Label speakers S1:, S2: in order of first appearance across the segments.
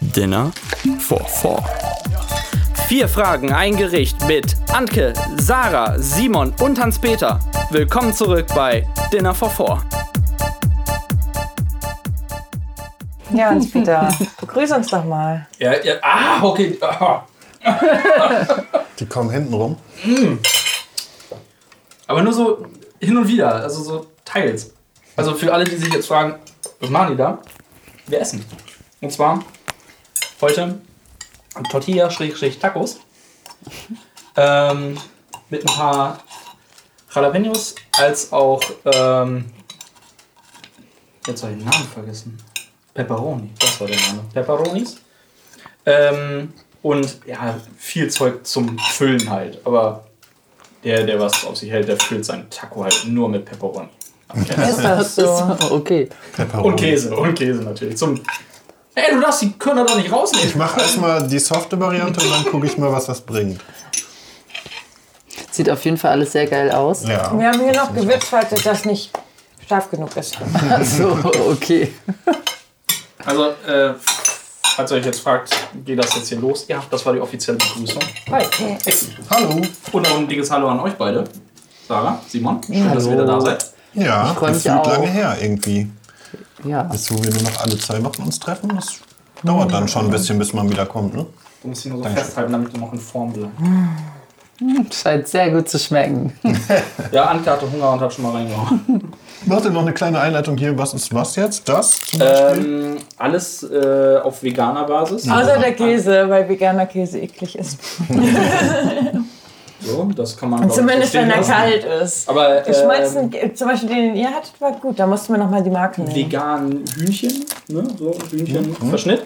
S1: Dinner for Four.
S2: Vier Fragen, ein Gericht mit Anke, Sarah, Simon und Hans-Peter. Willkommen zurück bei Dinner for Four.
S3: Ja, Hans-Peter, begrüß uns doch mal.
S4: Ja, ja, ah, okay. Aha.
S5: Die kommen hinten rum.
S4: Aber nur so hin und wieder, also so teils. Also für alle, die sich jetzt fragen, was machen die da? Wir essen. Und zwar heute Tortilla-Tacos ähm, mit ein paar Jalapenos als auch ähm, jetzt habe ich den Namen vergessen. Pepperoni, das war der Name. Pepperonis. Ähm, und ja, viel Zeug zum Füllen halt. Aber der, der was auf sich hält, der füllt seinen Taco halt nur mit Pepperoni.
S3: Ist das so?
S1: Okay.
S4: Und Käse, und Käse natürlich. Zum. Ey, du darfst die Körner doch nicht
S5: Ich
S4: rausnehmen.
S5: mache erstmal die softe Variante und dann gucke ich mal, was das bringt.
S6: Sieht auf jeden Fall alles sehr geil aus.
S5: Ja.
S3: Wir haben hier noch gewippt, falls das nicht scharf genug ist.
S6: So, okay.
S4: Also, äh, falls ihr euch jetzt fragt, geht das jetzt hier los? Ja, das war die offizielle Begrüßung.
S3: Hi.
S5: Hallo.
S4: Und auch ein dickes Hallo an euch beide. Sarah, Simon, schön, dass ihr wieder da seid.
S5: Ja,
S6: freu
S5: das
S6: mich
S5: fühlt
S6: auch.
S5: lange her irgendwie.
S6: Ja.
S5: Jetzt, wo wir nur noch alle zwei Wochen uns treffen, das dauert dann schon ein bisschen, bis man wiederkommt. Ne?
S4: Du musst dich nur so festhalten, damit du noch in Form bleibst.
S6: Scheint sehr gut zu schmecken.
S4: Ja, Anke hatte Hunger und hat schon mal reingehauen.
S5: Warte, noch eine kleine Einleitung hier. Was ist was jetzt? Das? Zum Beispiel?
S4: ähm, alles äh, auf veganer Basis.
S3: Außer der Käse, weil veganer Käse eklig ist.
S4: So, das kann man. glaub ich,
S3: Zumindest
S4: so stehen
S3: wenn er
S4: lassen.
S3: kalt ist.
S4: Aber
S3: Ich
S4: ähm,
S3: schmeiße zum Beispiel den, den ihr hattet, war gut. Da mussten wir nochmal die Marke nehmen.
S4: veganen Hühnchen, ne? so ein Hühnchenverschnitt.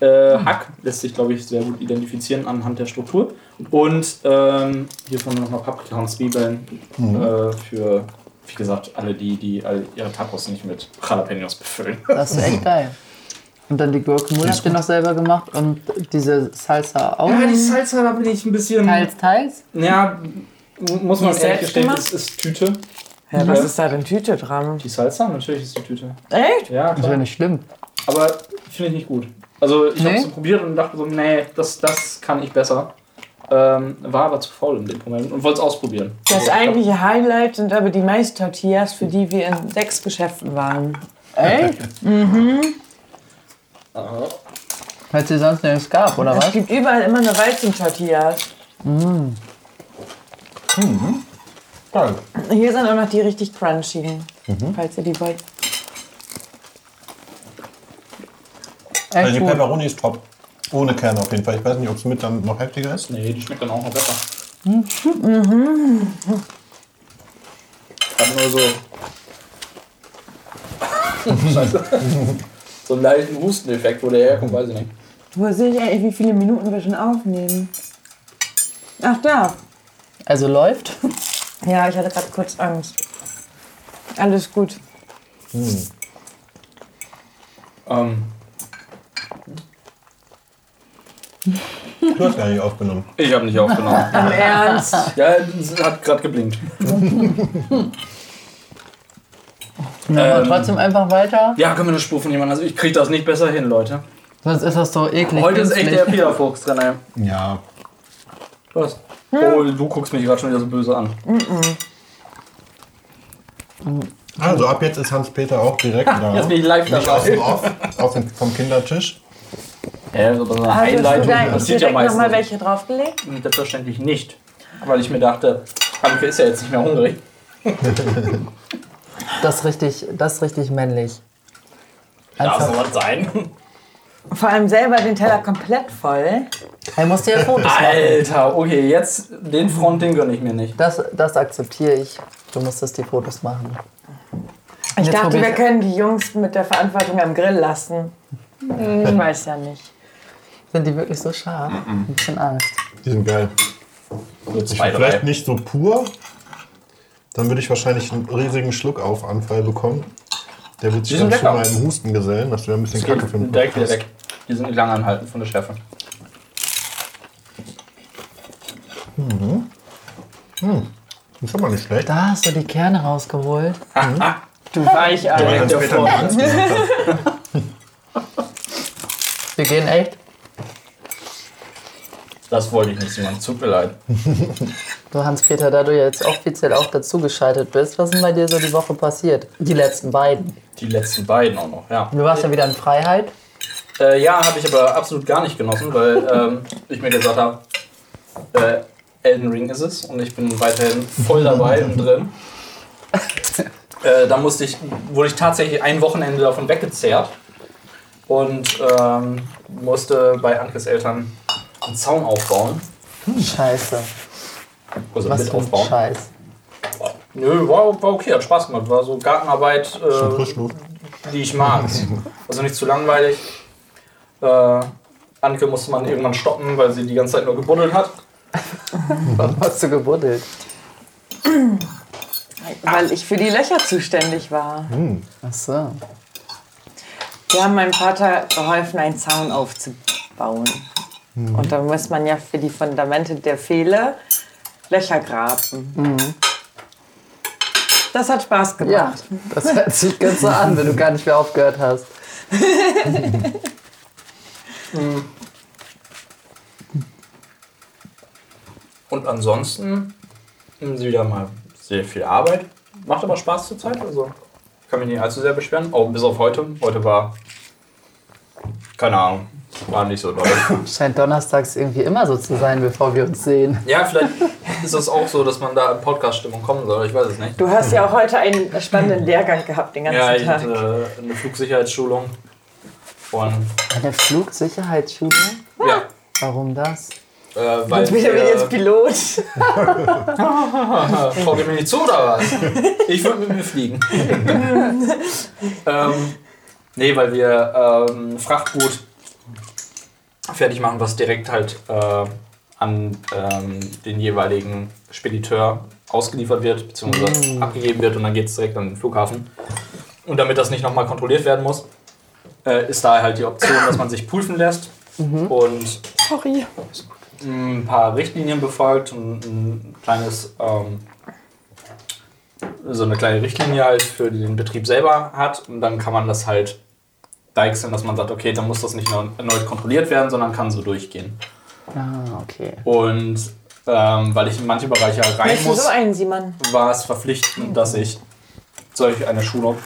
S4: Äh, Hack lässt sich, glaube ich, sehr gut identifizieren anhand der Struktur. Und ähm, hiervon nochmal Paprika und Zwiebeln äh, für, wie gesagt, alle die, die all ihre Tacos nicht mit Jalapenos befüllen.
S6: Das ist echt geil. Und dann die Gurkenmule habt ihr noch selber gemacht und diese Salsa auch.
S4: Ja, die Salsa, da bin ich ein bisschen.
S6: Teils, teils.
S4: Ja, muss man
S3: Die
S4: ehrlich gestehen,
S3: selbstgemacht?
S4: es ist Tüte.
S3: Ja, was ist da denn Tüte dran?
S4: Die Salsa, natürlich ist die Tüte.
S3: Echt?
S4: Ja,
S6: Das ist ja
S4: klar.
S6: nicht schlimm.
S4: Aber finde ich nicht gut. Also ich habe
S6: Nee?
S4: es probiert und dachte so, nee, das, das kann ich besser. Ähm, war aber zu faul in dem Moment und wollte es ausprobieren.
S3: Das
S4: Also, ich glaub,
S3: eigentliche Highlight sind aber die Mais-Tortillas, für die wir in sechs Geschäften waren.
S6: Echt? mhm. Weil es hier sonst nichts gab, oder
S3: Es
S6: was?
S3: gibt überall immer eine Weizen-Tortillas.
S5: Geil.
S3: Hier sind auch noch die richtig crunchigen, falls ihr die wollt.
S5: Also
S6: Echt
S5: die
S6: gut.
S5: Pepperoni ist top. Ohne Kerne auf jeden Fall. Ich weiß nicht, ob es mit dann noch heftiger ist.
S4: Nee, die schmeckt dann auch noch besser. Mhm. Hat nur so. Scheiße. so einen leichten Husteneffekt, wo der herkommt, weiß ich nicht.
S3: Wo sehe ich eigentlich, wie viele Minuten wir schon aufnehmen? Ach, da.
S6: Also läuft.
S3: Ja, ich hatte gerade kurz Angst. Alles gut.
S4: Ähm,
S5: Du hast gar nicht aufgenommen.
S4: ich habe nicht aufgenommen.
S3: Im Ernst.
S4: Ja, es hat gerade geblinkt.
S6: Aber
S4: Ähm.
S6: trotzdem einfach weiter.
S4: Ja, können wir eine Spur von jemandem. Also ich kriege das nicht besser hin, Leute.
S6: Sonst ist das so eklig.
S4: Heute ist echt der
S6: künstlich.
S4: Peter-Fuchs drin, ey.
S5: Ja.
S4: Was? Oh, du guckst mich gerade schon wieder so böse an.
S5: Also ab jetzt ist Hans-Peter auch direkt da.
S4: Jetzt bin ich live
S5: Nicht aus dem
S4: dabei.
S5: Off, aus dem, vom Kindertisch.
S4: Hä, so eine
S3: Hast du
S4: Einleitung
S3: da
S4: passiert ja
S3: direkt
S4: meistens.
S3: nochmal welche draufgelegt?
S4: nicht. Selbstverständlich nicht. Weil ich mir dachte, Anke ist ja jetzt nicht mehr hungrig.
S6: Das ist richtig, das ist richtig männlich. Einfach.
S4: sowas sein?
S3: Vor allem selber den Teller komplett voll.
S6: Er muss dir Fotos machen.
S4: Alter, okay, jetzt den Front, den gönne ich mir nicht.
S6: Das, das akzeptiere ich. Du musstest die Fotos machen.
S3: Ich
S6: Jetzt
S3: dachte,
S6: probier
S3: wir
S6: ich-
S3: können die Jungs mit der Verantwortung am Grill lassen. Hm, Ich weiß ja nicht.
S6: Sind die wirklich so scharf? Ein bisschen Angst.
S5: Die sind geil.
S4: zwei, drei.
S5: Vielleicht nicht so pur. Dann würde ich wahrscheinlich einen riesigen Schluckauf-Anfall bekommen. Der wird sich
S4: Die sind
S5: dann zu
S4: lecker.
S5: meinem Husten gesellen. Das wäre ein bisschen kacke für den
S4: Direkt wieder
S5: Podcast.
S4: weg. Die sind nicht lange anhalten von der Schärfe.
S5: Ist schon mal nicht schlecht.
S6: Da hast du die Kerne rausgeholt.
S4: Du Weichei.
S5: Weil Hans-Peter mir Angst gemacht hat.
S6: Wir gehen echt.
S4: Das wollte ich nicht, Simon. Tut mir leid.
S6: Du Hans-Peter, da du ja jetzt offiziell auch dazugeschaltet bist, was ist denn bei dir so die Woche passiert? Die letzten beiden.
S4: Die letzten beiden auch noch, ja.
S6: Du warst ja wieder in Freiheit.
S4: Äh, ja, habe ich aber absolut gar nicht genossen, weil ähm, ich mir gesagt habe, äh, Elden Ring ist es und ich bin weiterhin voll dabei und drin. Äh, da musste ich, wurde ich tatsächlich ein Wochenende davon weggezerrt und ähm, musste bei Ankes Eltern einen Zaun aufbauen.
S6: Scheiße.
S4: Also
S6: Was
S4: mit
S6: für ein
S4: aufbauen.
S6: Scheiß.
S4: Nö, war, war okay, hat Spaß gemacht. War so Gartenarbeit,
S5: Schon
S4: äh,
S5: Frischluft.
S4: die ich mag. Also nicht zu langweilig. Äh, Anke musste man irgendwann stoppen, weil sie die ganze Zeit nur gebuddelt hat.
S6: Warum hast du gebuddelt?
S3: Weil ich für die Löcher zuständig war.
S6: Ach so.
S3: Wir haben meinem Vater geholfen, einen Zaun aufzubauen. Und dann muss man ja für die Fundamente der Fehler Löcher graben. Das hat Spaß
S6: Ja,
S3: gemacht.
S6: das hört sich ganz so an, wenn du gar nicht mehr aufgehört hast.
S4: Und ansonsten ist wieder mal sehr viel Arbeit. Macht aber Spaß zurzeit, also kann mich nicht allzu sehr beschweren. Auch bis auf heute. Heute war, keine Ahnung, war nicht so doll.
S6: Scheint donnerstags irgendwie immer so zu sein, bevor wir uns sehen.
S4: ja, vielleicht ist es auch so, dass man da in Podcast-Stimmung kommen soll, ich weiß es nicht.
S3: Du hast ja auch heute einen spannenden Lehrgang gehabt, den ganzen
S4: Ja, ich
S3: Tag.
S4: hatte eine Flugsicherheitsschulung von,
S6: Eine Flugsicherheitsschule?
S4: ja,
S6: Warum das?
S4: äh, weil
S3: Ich bin aber jetzt
S4: äh,
S3: Pilot.
S4: Frau mir nicht zu oder was? Ich würde mit mir fliegen. ähm, nee, weil wir ähm, Frachtgut fertig machen, was direkt halt äh, an ähm, den jeweiligen Spediteur ausgeliefert wird, beziehungsweise abgegeben wird und dann geht es direkt an den Flughafen. Und damit das nicht nochmal kontrolliert werden muss, äh, ist da halt die Option, dass man sich prüfen lässt und
S3: Sorry.
S4: ein paar Richtlinien befolgt und ein kleines, ähm, so eine kleine Richtlinie halt für den Betrieb selber hat. Und dann kann man das halt deichseln, dass man sagt, okay, dann muss das nicht neu- erneut kontrolliert werden, sondern kann so durchgehen.
S6: Ah, okay.
S4: Und ähm, weil ich in manche Bereiche halt rein
S3: Möchtest du
S4: muss,
S3: so einen, Simon?
S4: war es verpflichtend, dass ich solch eine Schulung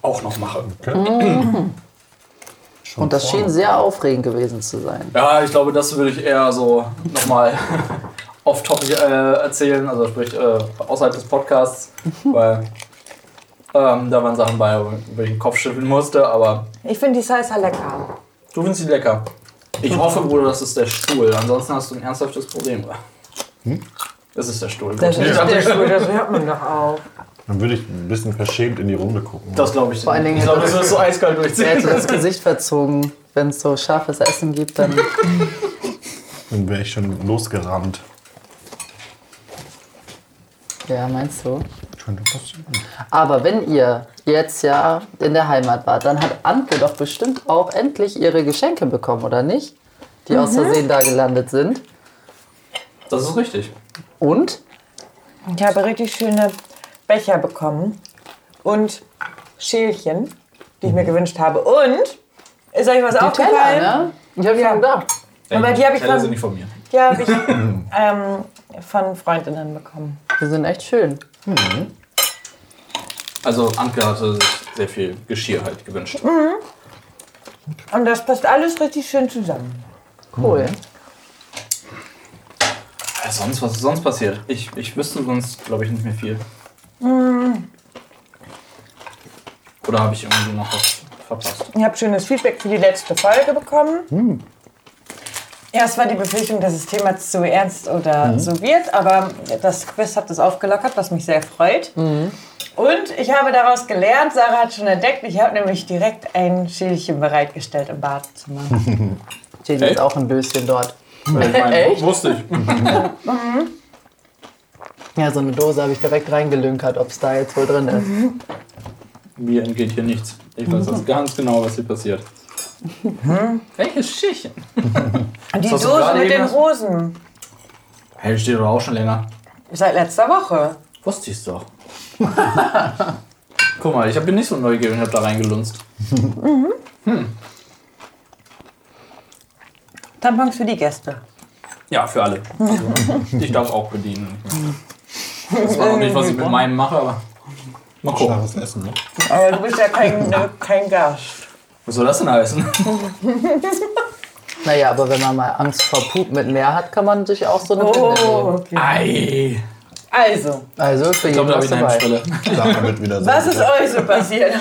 S4: auch noch mache.
S5: Schon
S6: Und das
S5: vorne.
S6: schien sehr aufregend gewesen zu sein.
S4: Ja, ich glaube, das würde ich eher so nochmal off-topic äh, erzählen, also sprich äh, außerhalb des Podcasts, weil ähm, da waren Sachen bei, wo ich den Kopf schütteln musste, aber
S3: Ich finde die Salsa lecker.
S4: du findest sie lecker. Ich hoffe, Bruder, das ist der Stuhl, ansonsten hast du ein ernsthaftes Problem. Das ist der Stuhl.
S3: Das
S4: gut.
S3: ist der Schuh, das hört man doch auch.
S5: Dann würde ich ein bisschen verschämt in die Runde gucken.
S4: das glaube ich.
S6: Vor allen Dingen
S4: ich glaube, das wirst du eiskalt durchziehen.
S6: Er hätte das Gesicht verzogen. Wenn es so scharfes Essen gibt, dann
S5: Dann wäre ich schon losgerannt.
S6: Ja, meinst du?
S5: Könnte passieren.
S6: Aber wenn ihr jetzt ja in der Heimat wart, dann hat Anke doch bestimmt auch endlich ihre Geschenke bekommen, oder nicht? Die aus Versehen da gelandet sind.
S4: Das ist richtig.
S6: Und?
S3: Ich habe richtig schöne Becher bekommen und Schälchen, die ich mir gewünscht habe. Und ist euch was
S6: Die Teller,
S3: aufgefallen?
S6: ne? Ich hab schon gedacht.
S3: Aber die habe ich,
S4: Teller sind
S3: von,
S4: nicht von mir.
S3: die hab ich ähm, von Freundinnen bekommen.
S6: Die sind echt schön.
S4: Also Anke hatte sich sehr viel Geschirr halt gewünscht.
S3: Und das passt alles richtig schön zusammen.
S6: Cool.
S4: Ja, Äh, Sonst, was ist sonst passiert? Ich, ich wüsste sonst, glaube ich, nicht mehr viel. Oder habe ich irgendwie noch was verpasst?
S3: Ich habe schönes Feedback für die letzte Folge bekommen.
S4: Hm.
S3: Erst war die Befürchtung, dass das Thema zu ernst oder
S4: Mhm.
S3: so wird, aber das Quiz hat es aufgelockert, was mich sehr freut.
S4: Mhm.
S3: Und ich habe daraus gelernt, Sarah hat schon entdeckt, ich habe nämlich direkt ein Schälchen bereitgestellt im Badezimmer.
S4: Hm.
S6: Steht jetzt auch ein Döschen dort.
S4: Ich meine,
S6: Echt?
S4: Wusste ich.
S6: Ja, so eine Dose habe ich direkt reingelünkert, ob es da jetzt wohl drin ist.
S4: Mir entgeht hier nichts. Ich weiß das ganz genau, was hier passiert. Hm? Welches Schichchen?
S3: Und die
S4: hast du
S3: Dose
S4: gerade
S3: mit
S4: eben
S3: den
S4: erst-
S3: Rosen.
S4: Hey, steht doch auch schon länger.
S3: Seit letzter Woche.
S4: Wusste ich's doch. Guck mal, ich hab- bin nicht so neugierig und hab da reingelunzt.
S3: Tampons für die Gäste.
S4: Ja, für alle. Also, ich darf auch bedienen. Das war noch nicht, was ich mit meinem mache, aber mal gucken.
S5: Schlaffes Essen, ne?
S3: Aber du bist ja kein, ne, kein Gast.
S4: Was soll das denn heißen?
S6: Naja, aber wenn man mal Angst vor Pup mit Meer hat, kann man sich auch so eine Binde
S3: Oh,
S6: nehmen.
S3: okay.
S4: Ei!
S3: Also,
S6: Also für
S4: Ich glaube,
S6: jeden
S4: da habe
S6: was
S4: ich eine
S6: dabei.
S4: Hemmschwelle.
S5: Darf man mit wieder sein.
S3: was ist euch so passiert?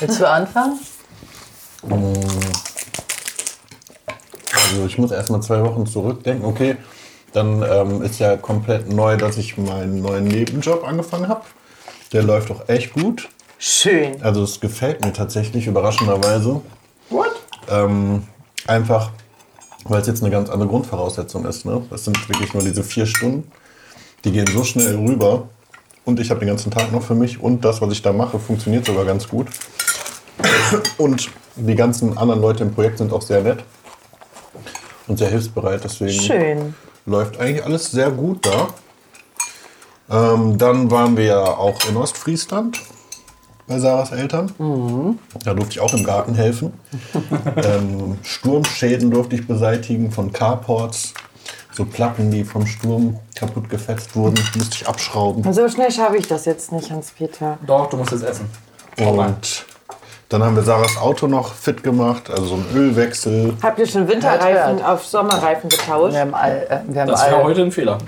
S6: Willst du anfangen?
S5: Also ich muss erstmal zwei Wochen zurückdenken. Okay, dann ähm, ist ja komplett neu, dass ich meinen neuen Nebenjob angefangen habe. Der läuft auch echt gut.
S3: Schön.
S5: Also es gefällt mir tatsächlich überraschenderweise. Ähm, einfach, weil es jetzt eine ganz andere Grundvoraussetzung ist. Ne? Es sind wirklich nur diese vier Stunden. Die gehen so schnell rüber. Und ich habe den ganzen Tag noch für mich. Und das, was ich da mache, funktioniert sogar ganz gut. Und die ganzen anderen Leute im Projekt sind auch sehr nett und sehr hilfsbereit. Deswegen
S3: Schön.
S5: läuft eigentlich alles sehr gut da. Ähm, dann waren wir ja auch in Ostfriesland bei Sarahs Eltern.
S4: Mhm.
S5: Da durfte ich auch im Garten helfen. ähm, Sturmschäden durfte ich beseitigen von Carports. So Platten, die vom Sturm kaputt gefetzt wurden, musste ich abschrauben.
S3: So schnell schaffe ich das jetzt nicht, Hans-Peter.
S4: Doch, du musst jetzt essen.
S5: Und dann haben wir Sarahs Auto noch fit gemacht, also so ein Ölwechsel.
S3: Habt ihr schon Winterreifen auf Sommerreifen getauscht?
S6: Wir haben all, äh, wir haben
S4: Das wäre
S6: all
S4: heute ein Fehler.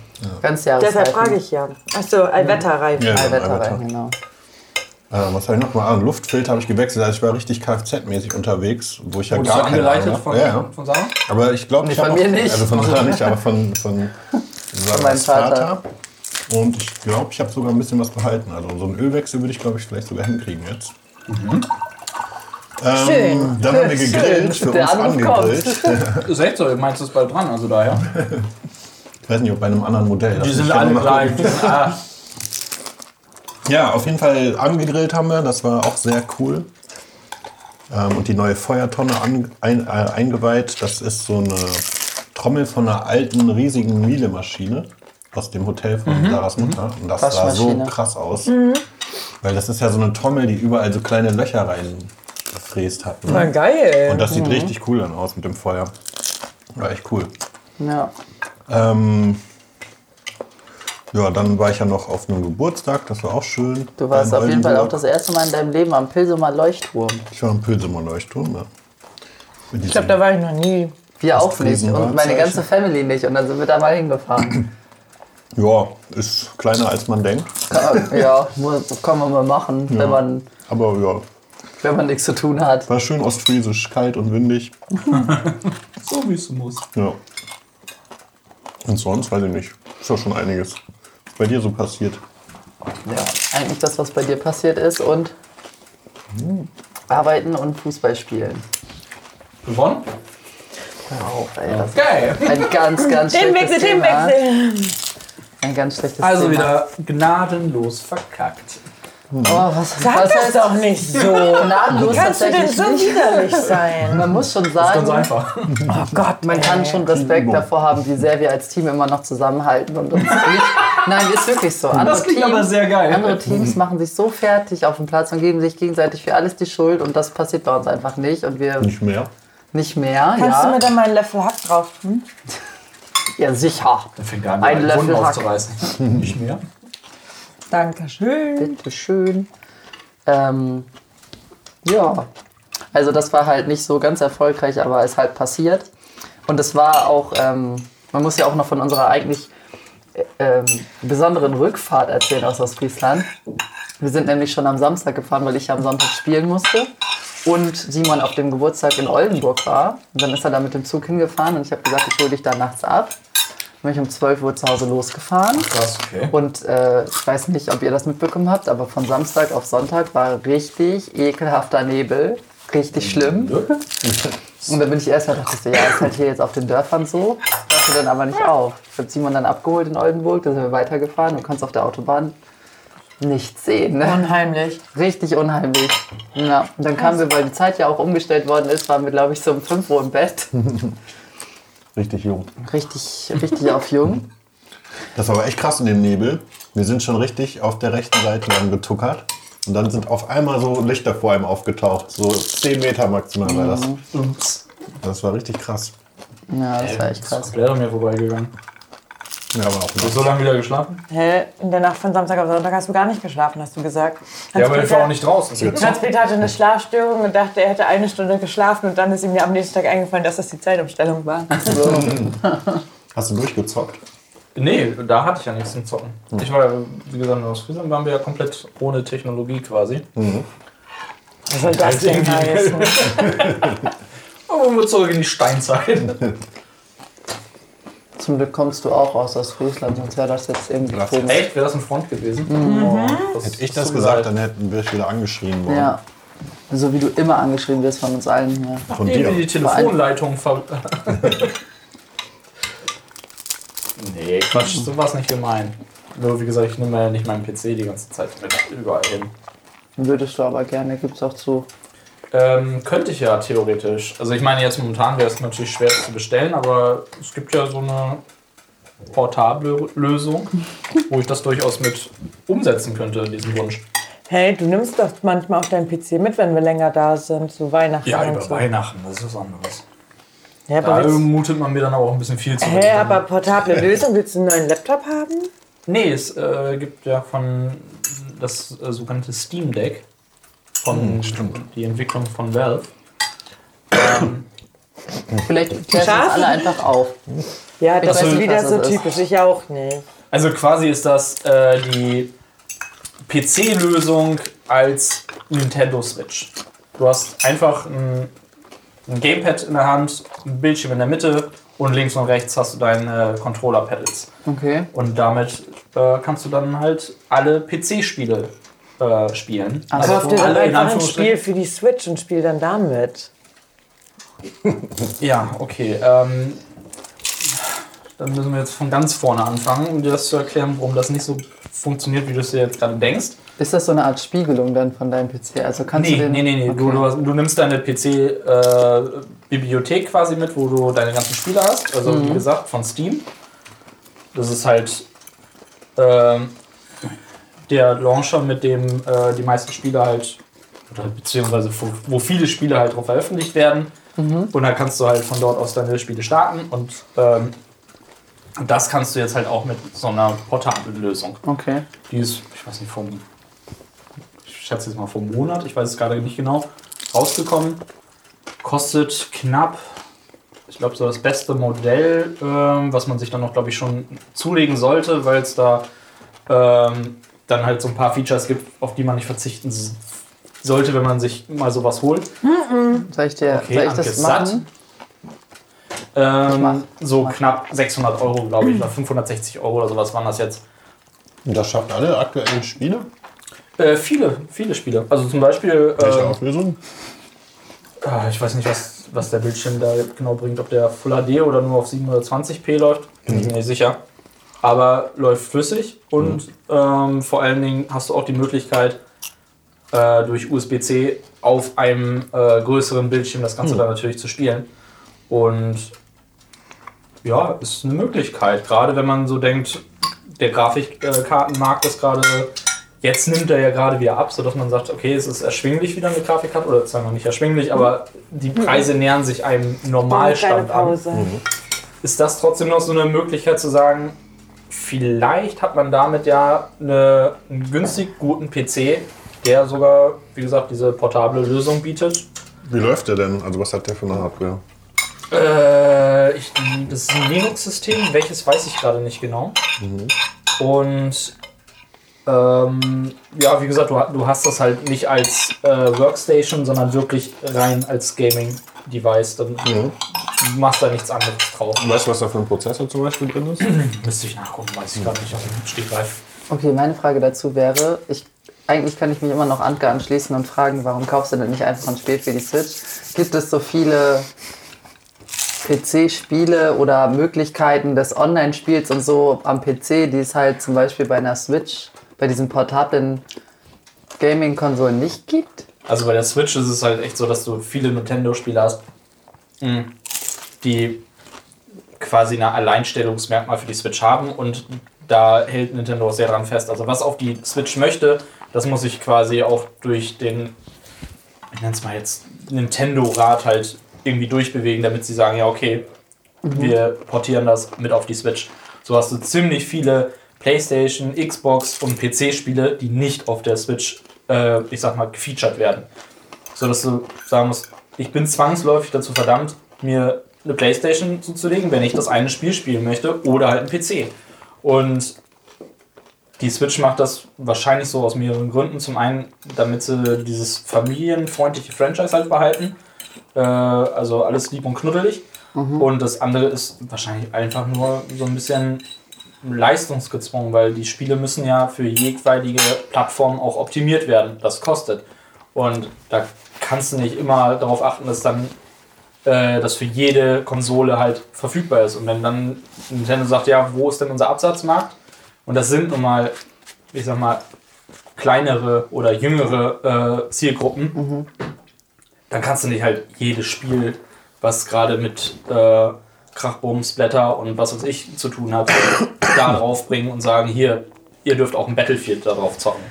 S6: ganz Jahreszeiten.
S3: Deshalb frage ich ja. Achso, ein Wetterreifen.
S5: Ja, dann einmal
S6: Allwetterreifen,
S5: Tag.
S6: genau.
S5: Äh, was habe ich noch mal an? Luftfilter habe ich gewechselt. Also ich war richtig Kfz-mäßig unterwegs, wo ich ja
S4: Wurdest du
S5: gar keine
S4: angeleitet
S5: Ahnung
S4: von,
S5: habe. Ja, ja.
S4: von Sarah?
S5: Aber ich glaube,
S6: Nee,
S5: ich hab
S6: von
S5: auch-
S6: mir nicht.
S5: Also von Sarah nicht, aber von, von, Sarahs
S6: meinem Vater.
S5: Vater. Und ich glaube, ich habe sogar ein bisschen was behalten. Also so einen Ölwechsel würde ich, glaube ich, vielleicht sogar hinkriegen jetzt. Ähm,
S3: Schön.
S5: Dann haben wir gegrillt, für
S6: Der
S5: uns
S6: Anruf
S5: angegrillt.
S4: Ist echt so, meinst du es bald dran, also daher.
S5: Ich weiß nicht, ob bei einem anderen Modell. Das
S4: Die
S5: muss
S4: sind
S5: ich ja
S4: alle
S5: mal gucken.
S4: gleich. Ah. Die sind alle-
S5: Ja, auf jeden Fall angegrillt haben wir. Das war auch sehr cool. Ähm, und die neue Feuertonne an, ein, äh, eingeweiht. Das ist so eine Trommel von einer alten, riesigen Mielemaschine aus dem Hotel von Sarahs Mutter. Und das sah so
S6: Waschmaschine.
S5: krass aus. Weil das ist ja so eine Trommel, die überall so kleine Löcher reingefräst hat. Ne?
S3: geil.
S5: Und das sieht richtig cool dann aus mit dem Feuer. War echt cool.
S6: Ja.
S5: Ähm, ja, dann war ich ja noch auf einem Geburtstag, das war auch schön.
S6: Du warst
S5: Beim
S6: auf jeden Fall auch
S5: Oldenburg.
S6: das erste Mal in deinem Leben am Pilsumer Leuchtturm.
S5: Ich war am Pilsumer Leuchtturm, ne? Mit
S3: Ich glaube, da war ich noch nie.
S6: Wir auch nicht
S5: Pilsumer
S6: und meine
S5: Zeichen.
S6: ganze Family nicht. Und dann sind wir da mal hingefahren.
S5: ja, ist kleiner als man denkt.
S6: Kann- ja, muss- kann man mal machen, wenn man,
S5: Aber ja,
S6: wenn man nichts zu tun hat.
S5: war schön ostfriesisch, kalt und windig.
S4: So wie es muss.
S5: Ja. Und sonst weiß ich nicht. Ist ja schon einiges. Was bei dir so passiert.
S6: Ja, eigentlich das, was bei dir passiert ist und
S4: Hm.
S6: arbeiten und Fußball spielen.
S4: Gewonnen?
S6: Oh, ey, das ist
S4: Geil.
S6: ein ganz, ganz
S3: Themenwechsel,
S6: schlechtes Thema.
S3: Themenwechsel.
S6: Ein ganz schlechtes
S4: Also
S6: Thema.
S4: wieder gnadenlos verkackt.
S6: Oh, was,
S3: Sag
S6: was
S3: das doch nicht so.
S6: gnadenlos
S3: Kannst du denn
S6: tatsächlich
S3: so
S6: nicht.
S3: widerlich sein?
S6: Man muss schon sagen,
S4: Ganz
S3: Mhm.
S4: einfach.
S6: oh Gott, man
S3: Äh,
S6: kann schon Respekt davor haben, wie sehr wir als Team immer noch zusammenhalten und uns nicht. Nein, ist wirklich so. Andere
S4: Das klingt
S6: Teams-
S4: aber sehr geil.
S6: Andere Teams machen sich so fertig auf dem Platz und geben sich gegenseitig für alles die Schuld und das passiert bei uns einfach nicht und wir
S5: Nicht mehr.
S6: nicht mehr.
S3: Kannst du
S6: ja.
S3: mir dann mal einen Löffel Hack drauf tun?
S6: ja, sicher.
S4: Der fängt an,
S6: Ein
S4: einen
S6: Löffel
S4: Wunden
S6: Hack.
S4: aufzureißen. Nicht mehr.
S3: Dankeschön.
S6: Bitte schön. Ähm, ja, also das war halt nicht so ganz erfolgreich, aber ist halt passiert. Und es war auch, ähm, man muss ja auch noch von unserer eigentlich äh, ähm, besonderen Rückfahrt erzählen aus Ostfriesland. Wir sind nämlich schon am Samstag gefahren, weil ich ja am Sonntag spielen musste. Und Simon auf dem Geburtstag in Oldenburg war. Und dann ist er da mit dem Zug hingefahren und ich habe gesagt, ich hole dich da nachts ab. Bin ich um 12 Uhr zu Hause losgefahren.
S4: Krass, okay.
S6: Und äh, ich weiß nicht, ob ihr das mitbekommen habt, aber von Samstag auf Sonntag war richtig ekelhafter Nebel. Richtig schlimm. Und dann bin ich erst mal dachte ich so, ja, ist halt hier jetzt auf den Dörfern so. Hörte dann aber nicht auf. Ich habe Simon dann abgeholt in Oldenburg, dann sind wir weitergefahren. Du kannst auf der Autobahn nichts sehen.
S3: Oh
S6: Ne?
S3: Unheimlich.
S6: Richtig unheimlich. Ja, und dann kamen wir, weil die Zeit ja auch umgestellt worden ist, waren wir, glaube ich, so um 5 Uhr im Bett.
S5: Richtig jung.
S6: Richtig, richtig auf jung.
S5: Das war aber echt krass in dem Nebel. Wir sind schon richtig auf der rechten Seite dann getuckert. Und Mhm. dann sind auf einmal so Lichter vor einem aufgetaucht. So 10 Meter maximal war das. Das war richtig krass.
S6: Ja, das war echt krass.
S4: Komplett an mir vorbeigegangen.
S5: Ja, aber auch
S4: Hast du so lange wieder geschlafen?
S3: Hä? In der Nacht von Samstag auf Sonntag hast du gar nicht geschlafen, hast du gesagt.
S4: Ja, aber ich war
S3: Hans-Peter-
S4: auch nicht draußen.
S3: Hans-Peter hatte eine Schlafstörung und dachte, er hätte eine Stunde geschlafen und dann ist ihm ja am nächsten Tag eingefallen, dass das die Zeitumstellung war.
S5: Hast du durchgezockt?
S4: Nee, da hatte ich ja nichts zum Zocken.
S5: Mhm.
S4: Ich war ja, wie gesagt, aus Friesland waren wir ja komplett ohne Technologie quasi.
S5: Mhm.
S3: Was soll das
S4: Also
S3: denn
S4: irgendwie-
S3: heißen?
S4: Aber wir zurück in die Steinzeit.
S6: Zum Glück kommst du auch aus Ostfriesland, sonst wäre das jetzt irgendwie
S5: Krass.
S6: komisch.
S4: Echt? Wäre das ein Front gewesen?
S3: Mhm.
S4: Oh, das
S5: Hätte ich
S4: ist
S5: das
S4: so
S5: gesagt,
S4: leid.
S5: dann hätten wir wieder angeschrien worden.
S6: Ja. So wie du immer angeschrieben wirst von uns allen hier.
S5: Von
S4: Irgendwie die
S5: dir.
S4: Telefonleitung ver. nee, Quatsch, Hm, sowas nicht gemein. Nur wie gesagt, ich nehme ja nicht meinen PC die ganze Zeit mit überall hin.
S6: Würdest du aber gerne, gibt's auch zu.
S4: Ähm, könnte ich ja theoretisch. Also ich meine, jetzt momentan wäre es natürlich schwer zu bestellen, aber es gibt ja so eine portable Lösung, wo ich das durchaus mit umsetzen könnte, diesen Wunsch.
S3: Hey, du nimmst das manchmal auf deinen PC mit, wenn wir länger da sind, so Weihnachten. und so.
S4: Weihnachten, Ähm, das ist was anderes.
S3: Ja,
S4: Da
S3: aber willst,
S4: mutet man mir dann aber auch ein bisschen viel zu.
S3: hey, aber portable Lösung, willst du einen neuen Laptop haben?
S4: Nee, es äh, gibt ja von das äh, sogenannte Steam Deck von die Entwicklung von Valve. Ähm,
S6: Vielleicht klärst du
S3: Scharf?
S6: uns alle einfach auf.
S3: Ja, das
S6: weiß
S3: ist
S6: nicht,
S3: wieder
S6: was
S3: so
S6: das ist.
S3: typisch. Ich auch nicht.
S4: also quasi ist das äh, die PC-Lösung als Nintendo Switch. Du hast einfach ein, ein Gamepad in der Hand, ein Bildschirm in der Mitte und links und rechts hast du deine Controller-Pedals.
S6: Okay.
S4: Und damit äh, kannst du dann halt alle PC-Spiele äh, spielen.
S6: Also
S3: Kauf dir dann
S4: alle in
S3: einfach ein
S4: Anführungsstrichen-
S3: Spiel für die Switch und spiel dann damit.
S4: Ja, okay. Ähm, dann müssen wir jetzt von ganz vorne anfangen, um dir das zu erklären, warum das nicht so funktioniert, wie du es dir jetzt gerade denkst.
S6: Ist das so eine Art Spiegelung dann von deinem PC? Also kannst
S4: Nee,
S6: du den,
S4: nee, nee, nee. Du, du, hast- du nimmst deine PC-Bibliothek quasi mit, wo du deine ganzen Spiele hast. Also,
S6: Mhm.
S4: wie gesagt, von Steam. Das ist halt ähm, der Launcher, mit dem äh, die meisten Spiele halt, oder beziehungsweise wo, wo viele Spiele halt drauf veröffentlicht werden.
S6: Mhm.
S4: Und dann kannst du halt von dort aus deine Spiele starten. Und ähm, das kannst du jetzt halt auch mit so einer portablen Lösung
S6: Okay.
S4: die ist, ich weiß nicht, vom, ich schätze jetzt mal vom Monat, ich weiß es gerade nicht genau, rausgekommen. Kostet knapp, ich glaube, so das beste Modell, ähm, was man sich dann noch, glaube ich, schon zulegen sollte, weil es da ähm, dann halt so ein paar Features gibt, auf die man nicht verzichten s- sollte, wenn man sich mal sowas holt.
S6: Soll ich, dir,
S4: Okay,
S6: soll ich
S4: Anke
S6: das
S4: ist satt.
S6: machen? mach-
S4: Ähm, so
S6: mach.
S4: knapp 600 Euro, glaube ich, oder 560 Euro oder sowas waren das jetzt.
S5: Und das schafft alle aktuellen Spiele?
S4: Äh, viele, viele Spiele. Also zum Beispiel.
S5: Welche
S4: ähm,
S5: Auflösung?
S4: Ah, ich weiß nicht, was, was der Bildschirm da genau bringt, ob der Full HD oder nur auf 720p läuft. Bin ich mir nicht sicher. Aber läuft flüssig und ähm, vor allen Dingen hast du auch die Möglichkeit, äh, durch USB-C auf einem äh, größeren Bildschirm das Ganze dann natürlich zu spielen. Und ja, ist eine Möglichkeit. Gerade wenn man so denkt, der Grafikkartenmarkt ist gerade. Jetzt nimmt er ja gerade wieder ab, sodass man sagt, okay, es ist erschwinglich, wieder eine Grafikkarte. Oder zwar noch nicht erschwinglich, aber die Preise nähern sich einem
S3: Kleine
S4: Normalstand an. Mhm.
S3: Pause.
S4: Ist das trotzdem noch so eine Möglichkeit zu sagen, vielleicht hat man damit ja eine, einen günstig guten PC, der sogar, wie gesagt, diese portable Lösung bietet.
S5: Wie läuft der denn? Also was hat der für eine Hardware?
S4: Äh, ich, das ist ein Linux-System, welches weiß ich gerade nicht genau. Und ähm, ja, wie gesagt, du, ha- du hast das halt nicht als äh, Workstation, sondern wirklich rein als Gaming-Device. Dann du machst da nichts anderes drauf.
S5: Weißt du, was da für ein Prozessor zum Beispiel drin ist?
S4: Müsste ich nachgucken, weiß ich gerade nicht aus dem Stegreif.
S6: Okay, meine Frage dazu wäre, ich, eigentlich kann ich mich immer noch Anke anschließen und fragen, warum kaufst du denn nicht einfach ein Spiel für die Switch? Gibt es so viele PC-Spiele oder Möglichkeiten des Online-Spiels und so am PC, die es halt zum Beispiel bei einer Switch, bei diesen portablen Gaming-Konsolen nicht gibt?
S4: Also bei der Switch ist es halt echt so, dass du viele Nintendo-Spiele hast, mhm, die quasi ein Alleinstellungsmerkmal für die Switch haben und da hält Nintendo auch sehr dran fest. Also was auf die Switch möchte, das muss ich quasi auch durch den, ich nenne es mal jetzt, Nintendo-Rat halt irgendwie durchbewegen, damit sie sagen, ja, okay, wir portieren das mit auf die Switch. So hast du ziemlich viele PlayStation, Xbox und PC-Spiele, die nicht auf der Switch, äh, ich sag mal, gefeatured werden. So dass du sagen musst, ich bin zwangsläufig dazu verdammt, mir eine PlayStation zuzulegen, wenn ich das eine Spiel spielen möchte oder halt einen PC. Und die Switch macht das wahrscheinlich so aus mehreren Gründen. Zum einen, damit sie dieses familienfreundliche Franchise halt behalten. Äh, also alles lieb und knuddelig. Und das andere ist wahrscheinlich einfach nur so ein bisschen leistungsgezwungen, weil die Spiele müssen ja für jeweilige Plattform auch optimiert werden. Das kostet. Und da kannst du nicht immer darauf achten, dass dann äh, das für jede Konsole halt verfügbar ist. Und wenn dann Nintendo sagt, ja, wo ist denn unser Absatzmarkt? Und das sind nun mal, ich sag mal, kleinere oder jüngere äh, Zielgruppen.
S6: Mhm.
S4: Dann kannst du nicht halt jedes Spiel, was gerade mit äh, Krachboom, Splatter und was weiß ich zu tun hat, da draufbringen und sagen, hier, ihr dürft auch ein Battlefield darauf zocken.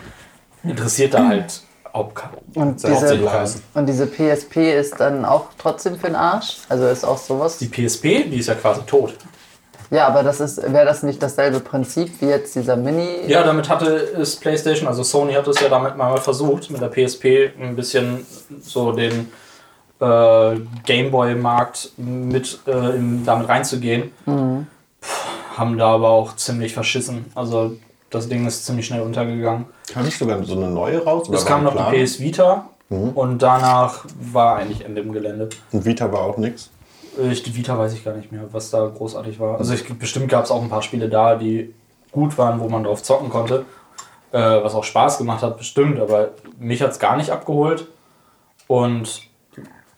S4: Interessiert da halt Hauptka-
S6: Und
S4: hauptsächlich
S6: diese,
S4: keinen.
S6: und diese PSP ist dann auch trotzdem für den Arsch? Also ist auch sowas?
S4: Die PSP, die ist ja quasi tot.
S6: Ja, aber das ist, wäre das nicht dasselbe Prinzip wie jetzt dieser Mini?
S4: Ja, damit hatte es PlayStation, also Sony hat es ja damit mal versucht, mit der PSP ein bisschen so den äh, Gameboy-Markt mit äh, in, damit reinzugehen. Puh, haben da aber auch ziemlich verschissen. Also das Ding ist ziemlich schnell untergegangen.
S5: Kam nicht sogar so eine neue raus? Oder
S4: es
S5: war
S4: kam
S5: ein
S4: noch
S5: Plan?
S4: die PS Vita und danach war eigentlich Ende im Gelände.
S5: Und Vita war auch nix.
S4: Ich, Äh, die Vita weiß ich gar nicht mehr, was da großartig war. Also ich, bestimmt gab es auch ein paar Spiele da, die gut waren, wo man drauf zocken konnte. Äh, was auch Spaß gemacht hat, bestimmt, aber mich hat es gar nicht abgeholt. Und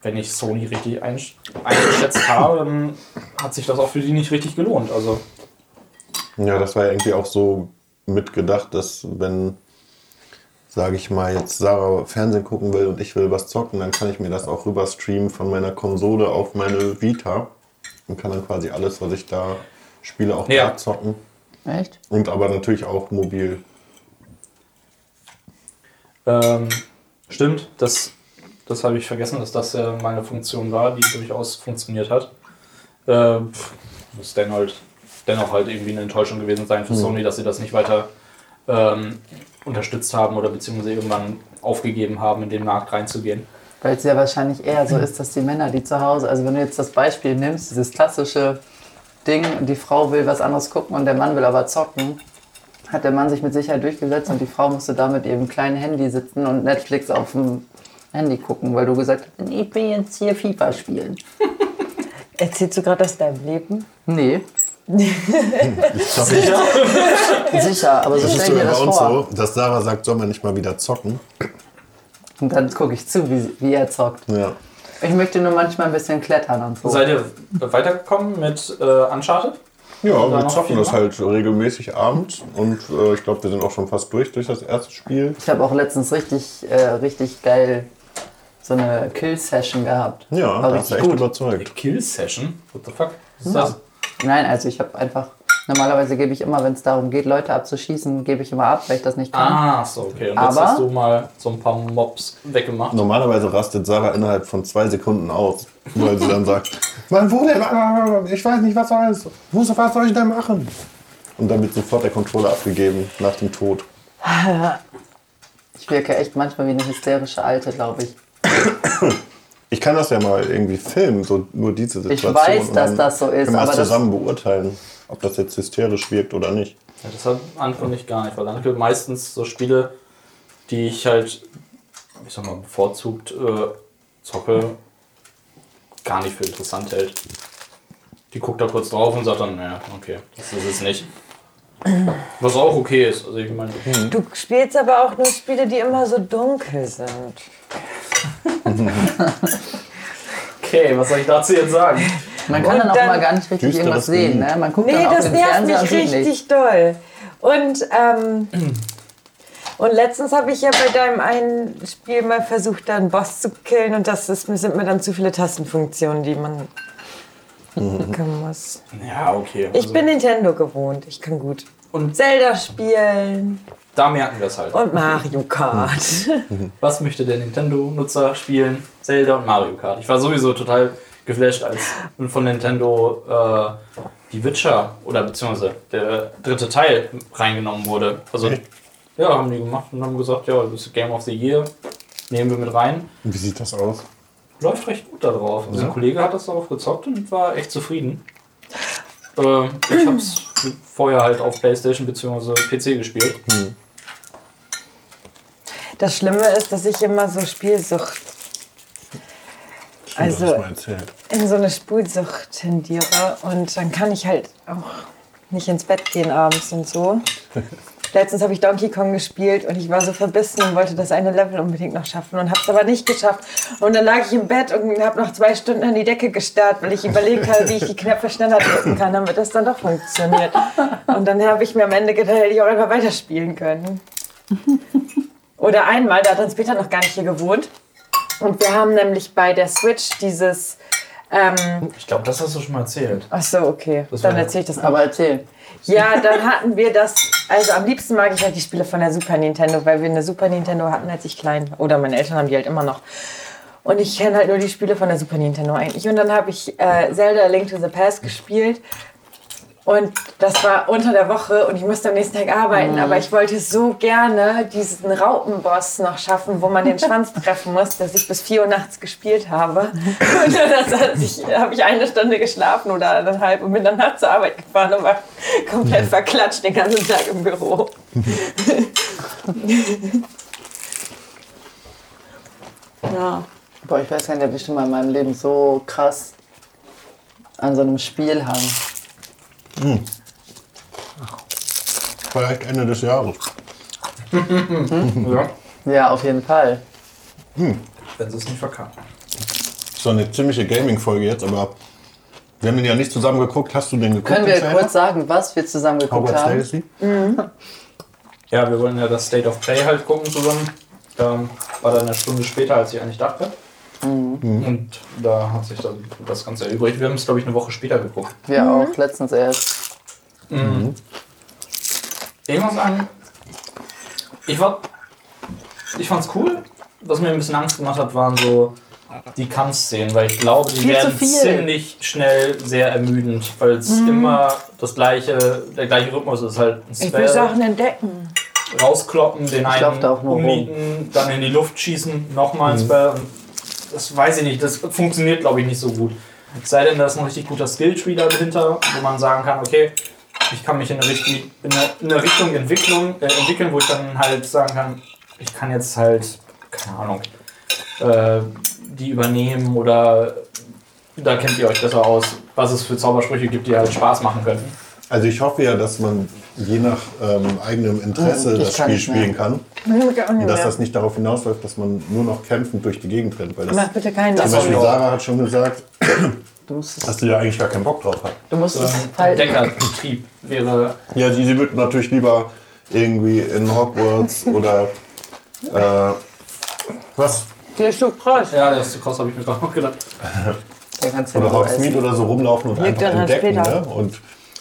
S4: wenn ich Sony richtig einsch- eingeschätzt habe, dann hat sich das auch für die nicht richtig gelohnt. Also
S5: Ja, das war ja irgendwie auch so mitgedacht, dass wenn, sage ich mal, jetzt Sarah Fernsehen gucken will und ich will was zocken, dann kann ich mir das auch rüber streamen von meiner Konsole auf meine Vita und kann dann quasi alles, was ich da spiele, auch
S4: Ja.
S5: da zocken.
S6: Echt?
S5: Und aber natürlich auch mobil.
S4: ähm, stimmt, das, das habe ich vergessen, dass das äh, meine Funktion war, die durchaus funktioniert hat. Äh, pff, muss denn halt, dennoch halt irgendwie eine Enttäuschung gewesen sein für Sony, dass sie das nicht weiter ähm, unterstützt haben oder beziehungsweise irgendwann aufgegeben haben, in den Markt reinzugehen.
S6: Weil es ja wahrscheinlich eher so ist, dass die Männer, die zu Hause, also wenn du jetzt das Beispiel nimmst, dieses klassische Ding, die Frau will was anderes gucken und der Mann will aber zocken, hat der Mann sich mit Sicherheit durchgesetzt und die Frau musste da mit ihrem kleinen Handy sitzen und Netflix auf dem Handy gucken, weil du gesagt hast, ich will jetzt hier FIFA spielen.
S3: Erzählst du gerade aus deinem Leben?
S6: Nee,
S5: Ich zocke
S6: sicher, aber so
S5: das ist
S6: stell
S5: sogar
S6: dir
S5: bei
S6: das
S5: uns
S6: vor.
S5: so, dass Sarah sagt, soll man nicht mal wieder zocken.
S6: Und dann gucke ich zu, wie, wie er zockt.
S5: Ja.
S6: Ich möchte nur manchmal ein bisschen klettern und so.
S4: Seid ihr weitergekommen mit äh, Uncharted?
S5: Ja,
S4: da
S5: wir
S4: noch
S5: zocken
S4: viel
S5: das
S4: machen?
S5: halt regelmäßig abends und äh, ich glaube, wir sind auch schon fast durch durch das erste Spiel.
S6: Ich habe auch letztens richtig, äh, richtig geil so eine Kill-Session gehabt.
S5: Ja,
S6: war
S5: da hast du
S6: richtig
S5: echt
S6: gut.
S5: überzeugt.
S4: Kill Session? What the fuck? Was ist das?
S6: Nein, also ich habe einfach. Normalerweise gebe ich immer, wenn es darum geht, Leute abzuschießen, gebe ich immer ab, weil ich das nicht kann.
S4: Ah, so, okay. Und jetzt
S6: Aber-
S4: hast du mal so ein paar Mobs weggemacht.
S5: Normalerweise rastet Sarah innerhalb von zwei Sekunden aus, weil sie dann sagt, Mann, wo denn? äh, Ich weiß nicht, was soll das? Wo soll- Was soll ich denn machen? Und dann wird sofort der Controller abgegeben nach dem Tod.
S6: Ich wirke echt manchmal wie eine hysterische Alte, glaube ich.
S5: Ich kann das ja mal irgendwie filmen, so nur diese Situation.
S6: weiß,
S5: und dann
S6: dass das so ist,
S5: Können wir das
S6: aber das-
S5: zusammen beurteilen, ob das jetzt hysterisch wirkt oder nicht.
S4: Ja, das hat Anke nicht gar nicht, weil Anke meistens so Spiele, die ich halt, ich sag mal, bevorzugt äh, zocke, gar nicht für interessant hält. Die guckt da kurz drauf und sagt dann, naja, okay, das ist es nicht. Was auch okay ist. Also ich meine,
S3: Du spielst aber auch nur Spiele, die immer so dunkel sind.
S4: okay, was soll ich dazu jetzt sagen?
S6: Man kann
S3: Und
S6: dann auch
S3: dann-
S6: mal gar nicht richtig
S5: Düsteres
S6: irgendwas sehen,
S5: Lied.
S6: ne? Man guckt
S3: Nee,
S6: dann auf
S3: das
S6: den
S3: nervt mich
S6: Fernseher und sieht
S3: richtig
S6: nichts.
S3: doll. Und, ähm, und letztens habe ich ja bei deinem einen Spiel mal versucht, da einen Boss zu killen. Und das ist, sind mir dann zu viele Tastenfunktionen, die man drücken muss.
S4: Ja, Also, okay.
S3: Ich bin Nintendo gewohnt. Ich kann gut.
S4: Und
S3: Zelda spielen
S4: da merken wir es halt.
S3: und Mario Kart.
S4: Was möchte der Nintendo-Nutzer spielen? Zelda und Mario Kart. Ich war sowieso total geflasht, als von Nintendo äh, die Witcher oder beziehungsweise der dritte Teil reingenommen wurde. Also, ja, haben die gemacht und haben gesagt, ja, das ist Game of the Year, nehmen wir mit rein.
S5: Wie sieht das aus?
S4: Läuft recht gut da drauf. Also, ein Kollege hat das darauf gezockt und war echt zufrieden. Äh, ich hab's vorher halt auf Playstation beziehungsweise PC gespielt.
S3: Das Schlimme ist, dass ich immer so Spielsucht,
S5: Stimmt,
S3: Also-
S5: du hast mal erzählt.
S3: in so eine Spielsucht tendiere und dann kann ich halt auch nicht ins Bett gehen abends und so. Letztens habe ich Donkey Kong gespielt und ich war so verbissen und wollte das eine Level unbedingt noch schaffen und habe es aber nicht geschafft. Und dann lag ich im Bett und habe noch zwei Stunden an die Decke gestarrt, weil ich überlegt habe, wie ich die Knöpfe schneller drücken kann, damit das dann doch funktioniert. Und dann habe ich mir am Ende gedacht, hätte ich auch einfach weiterspielen können. Oder einmal, da hat uns Peter noch gar nicht hier gewohnt. Und wir haben nämlich bei der Switch dieses. Ähm,
S4: Ich glaube, das hast du schon mal erzählt.
S3: ach so, okay. Dann
S4: war-
S3: erzähle ich das noch.
S6: Aber erzähl.
S3: Ja, dann hatten wir das. Also am liebsten mag ich halt die Spiele von der Super Nintendo, weil wir eine Super Nintendo hatten, als ich klein war. Oder meine Eltern haben die halt immer noch. Und ich kenne halt nur die Spiele von der Super Nintendo eigentlich. Und dann habe ich äh, Zelda A Link to the Past gespielt. Und das war unter der Woche und ich musste am nächsten Tag arbeiten. Aber ich wollte so gerne diesen Raupenboss noch schaffen, wo man den Schwanz treffen muss, dass ich bis 4 Uhr nachts gespielt habe. Und das hat sich- habe ich eine Stunde geschlafen oder eineinhalb und bin danach zur Arbeit gefahren und war komplett verklatscht den ganzen Tag im Büro. ja.
S6: Boah, ich weiß gar nicht, ob ich schon mal in meinem Leben so krass an so einem Spiel hang.
S5: Vielleicht Ende des Jahres.
S4: Ja.
S6: Ja, auf jeden Fall.
S4: Wenn sie es nicht verkackt.
S5: So eine ziemliche Gaming-Folge jetzt, aber wir haben den ja nicht zusammen geguckt. Hast du den geguckt?
S6: Können wir
S5: den Trailer?
S6: kurz sagen, was wir zusammen geguckt
S5: Hogwarts
S6: haben?
S5: Legacy?
S4: Ja, wir wollen ja das State of Play halt gucken zusammen. Ähm, war dann eine Stunde später, als ich eigentlich dachte. Und da hat sich dann das Ganze erübrigt. Wir haben es, glaube ich, eine Woche später geguckt.
S3: Mhm.
S4: Mhm.
S6: Wir auch, letztens erst.
S4: Ich muss sagen, ich, war, ich fand's cool. Was mir ein bisschen Angst gemacht hat, waren so die Kampfszenen, weil ich glaube, die
S6: Viel zu
S4: werden
S6: viel.
S4: ziemlich schnell sehr ermüdend, weil es immer das gleiche, der gleiche Rhythmus ist halt ein
S3: Ich will Sachen entdecken.
S4: rauskloppen, den
S6: Ich lauf
S4: einen
S6: da auch nur rum. Mhm.
S4: umnieten, dann in die Luft schießen, nochmal ein Spell. Das weiß ich nicht, das funktioniert glaube ich nicht so gut. Es sei denn, da ist ein richtig guter Skilltree dahinter, wo man sagen kann, okay, ich kann mich in eine, richtig, in eine, in eine Richtung Entwicklung, äh, entwickeln, wo ich dann halt sagen kann, ich kann jetzt halt, keine Ahnung, äh, die übernehmen oder da kennt ihr euch besser aus, was es für Zaubersprüche gibt, die halt Spaß machen können.
S5: Also ich hoffe ja, dass man je nach ähm, eigenem Interesse
S6: Mhm, ich
S5: das
S6: kann
S5: Spiel
S6: nicht mehr.
S5: spielen kann. Und dass das
S3: Mach
S5: nicht darauf hinausläuft, dass man nur noch kämpfend durch die Gegend rennt. Weil das,
S3: bitte keinen
S5: zum
S3: Sorry.
S5: Beispiel Sarah hat schon gesagt,
S6: Du musst es,
S5: dass sie da eigentlich gar keinen Bock drauf hat.
S6: du musst es
S4: Ein
S6: halten.
S4: Deckertrieb halt, wäre
S5: Ja, sie, sie würde natürlich lieber irgendwie in Hogwarts oder äh, was?
S3: Der ist so krass.
S4: Ja, das Kost habe ich mir gerade noch gedacht.
S6: Der kannst du
S5: Oder
S6: ja
S5: Hogsmeade
S6: essen.
S5: oder so rumlaufen und
S3: Liegt
S5: einfach
S3: daran
S5: entdecken.
S3: später.
S5: Ne? Und